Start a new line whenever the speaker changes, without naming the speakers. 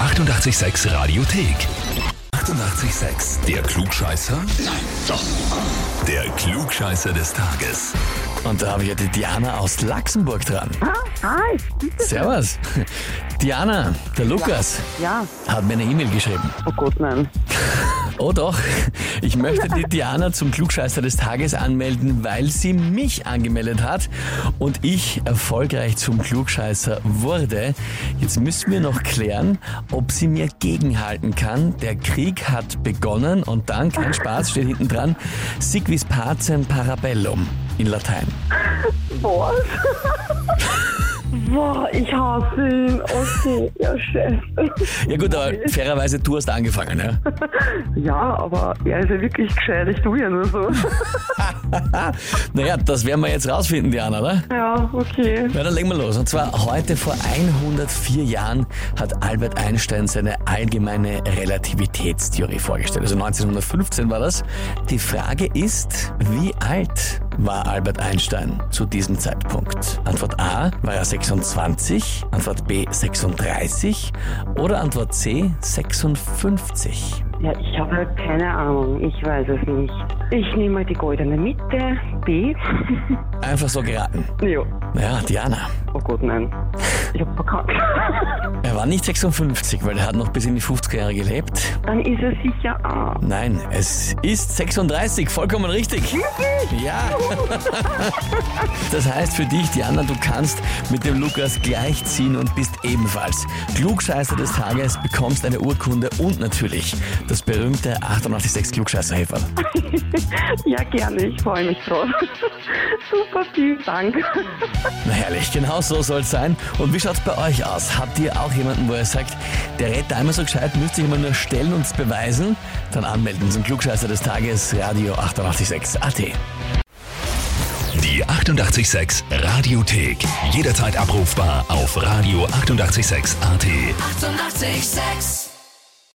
886 Radiothek. 88,6. Der Klugscheißer? Nein, doch. Der Klugscheißer des Tages.
Und da habe ich ja die Diana aus Luxemburg dran.
Hi.
Servus. Diana, der Lukas
Ja.
hat mir eine E-Mail geschrieben.
Oh Gott, nein.
Oh doch, ich möchte die Diana zum Klugscheißer des Tages anmelden, weil sie mich angemeldet hat und ich erfolgreich zum Klugscheißer wurde. Jetzt müssen wir noch klären, ob sie mir gegenhalten kann. Der Krieg hat begonnen und dann, kein Spaß, steht hinten dran, Sic vis pacem parabellum in Latein.
Was? Boah, ich hasse ihn. Okay, ja, Chef.
Ja gut, aber fairerweise, du hast angefangen, ja?
Ja, aber er ist ja wirklich gescheit. Ich tue ja nur so.
Naja, das werden wir jetzt rausfinden, Diana, oder?
Ja, okay.
Na, dann legen wir los. Und zwar heute vor 104 Jahren hat Albert Einstein seine allgemeine Relativitätstheorie vorgestellt. Also 1915 war das. Die Frage ist, wie alt war Albert Einstein zu diesem Zeitpunkt? Antwort A, war er 26? Antwort B, 36? Oder Antwort C, 56?
Ja, ich habe halt keine Ahnung. Ich weiß es nicht. Ich nehme mal die goldene Mitte. B.
Einfach so geraten.
jo.
Ja, Diana.
Oh Gott, nein. Ich hab verkackt.
Er war nicht 56, weil er hat noch bis in die 50er Jahre gelebt.
Dann ist er sicher A.
Nein, es ist 36, vollkommen richtig. Ja. Das heißt für dich, Diana, du kannst mit dem Lukas gleichziehen und bist ebenfalls Klugscheißer des Tages, bekommst eine Urkunde und natürlich das berühmte 886 Klugscheißerheferl.
Ja, gerne. Ich freue mich drauf. Super, vielen Dank.
Na herrlich, genau so soll's sein. Und wie schaut's bei euch aus? Habt ihr auch jemanden, wo ihr sagt, der rät da immer so gescheit, müsst ihr immer nur stellen und beweisen? Dann anmelden zum Klugscheißer des Tages, Radio 886 AT.
Die 88,6 Radiothek. Jederzeit abrufbar auf radio886.at. 88,6.
Eighty-eight, sex.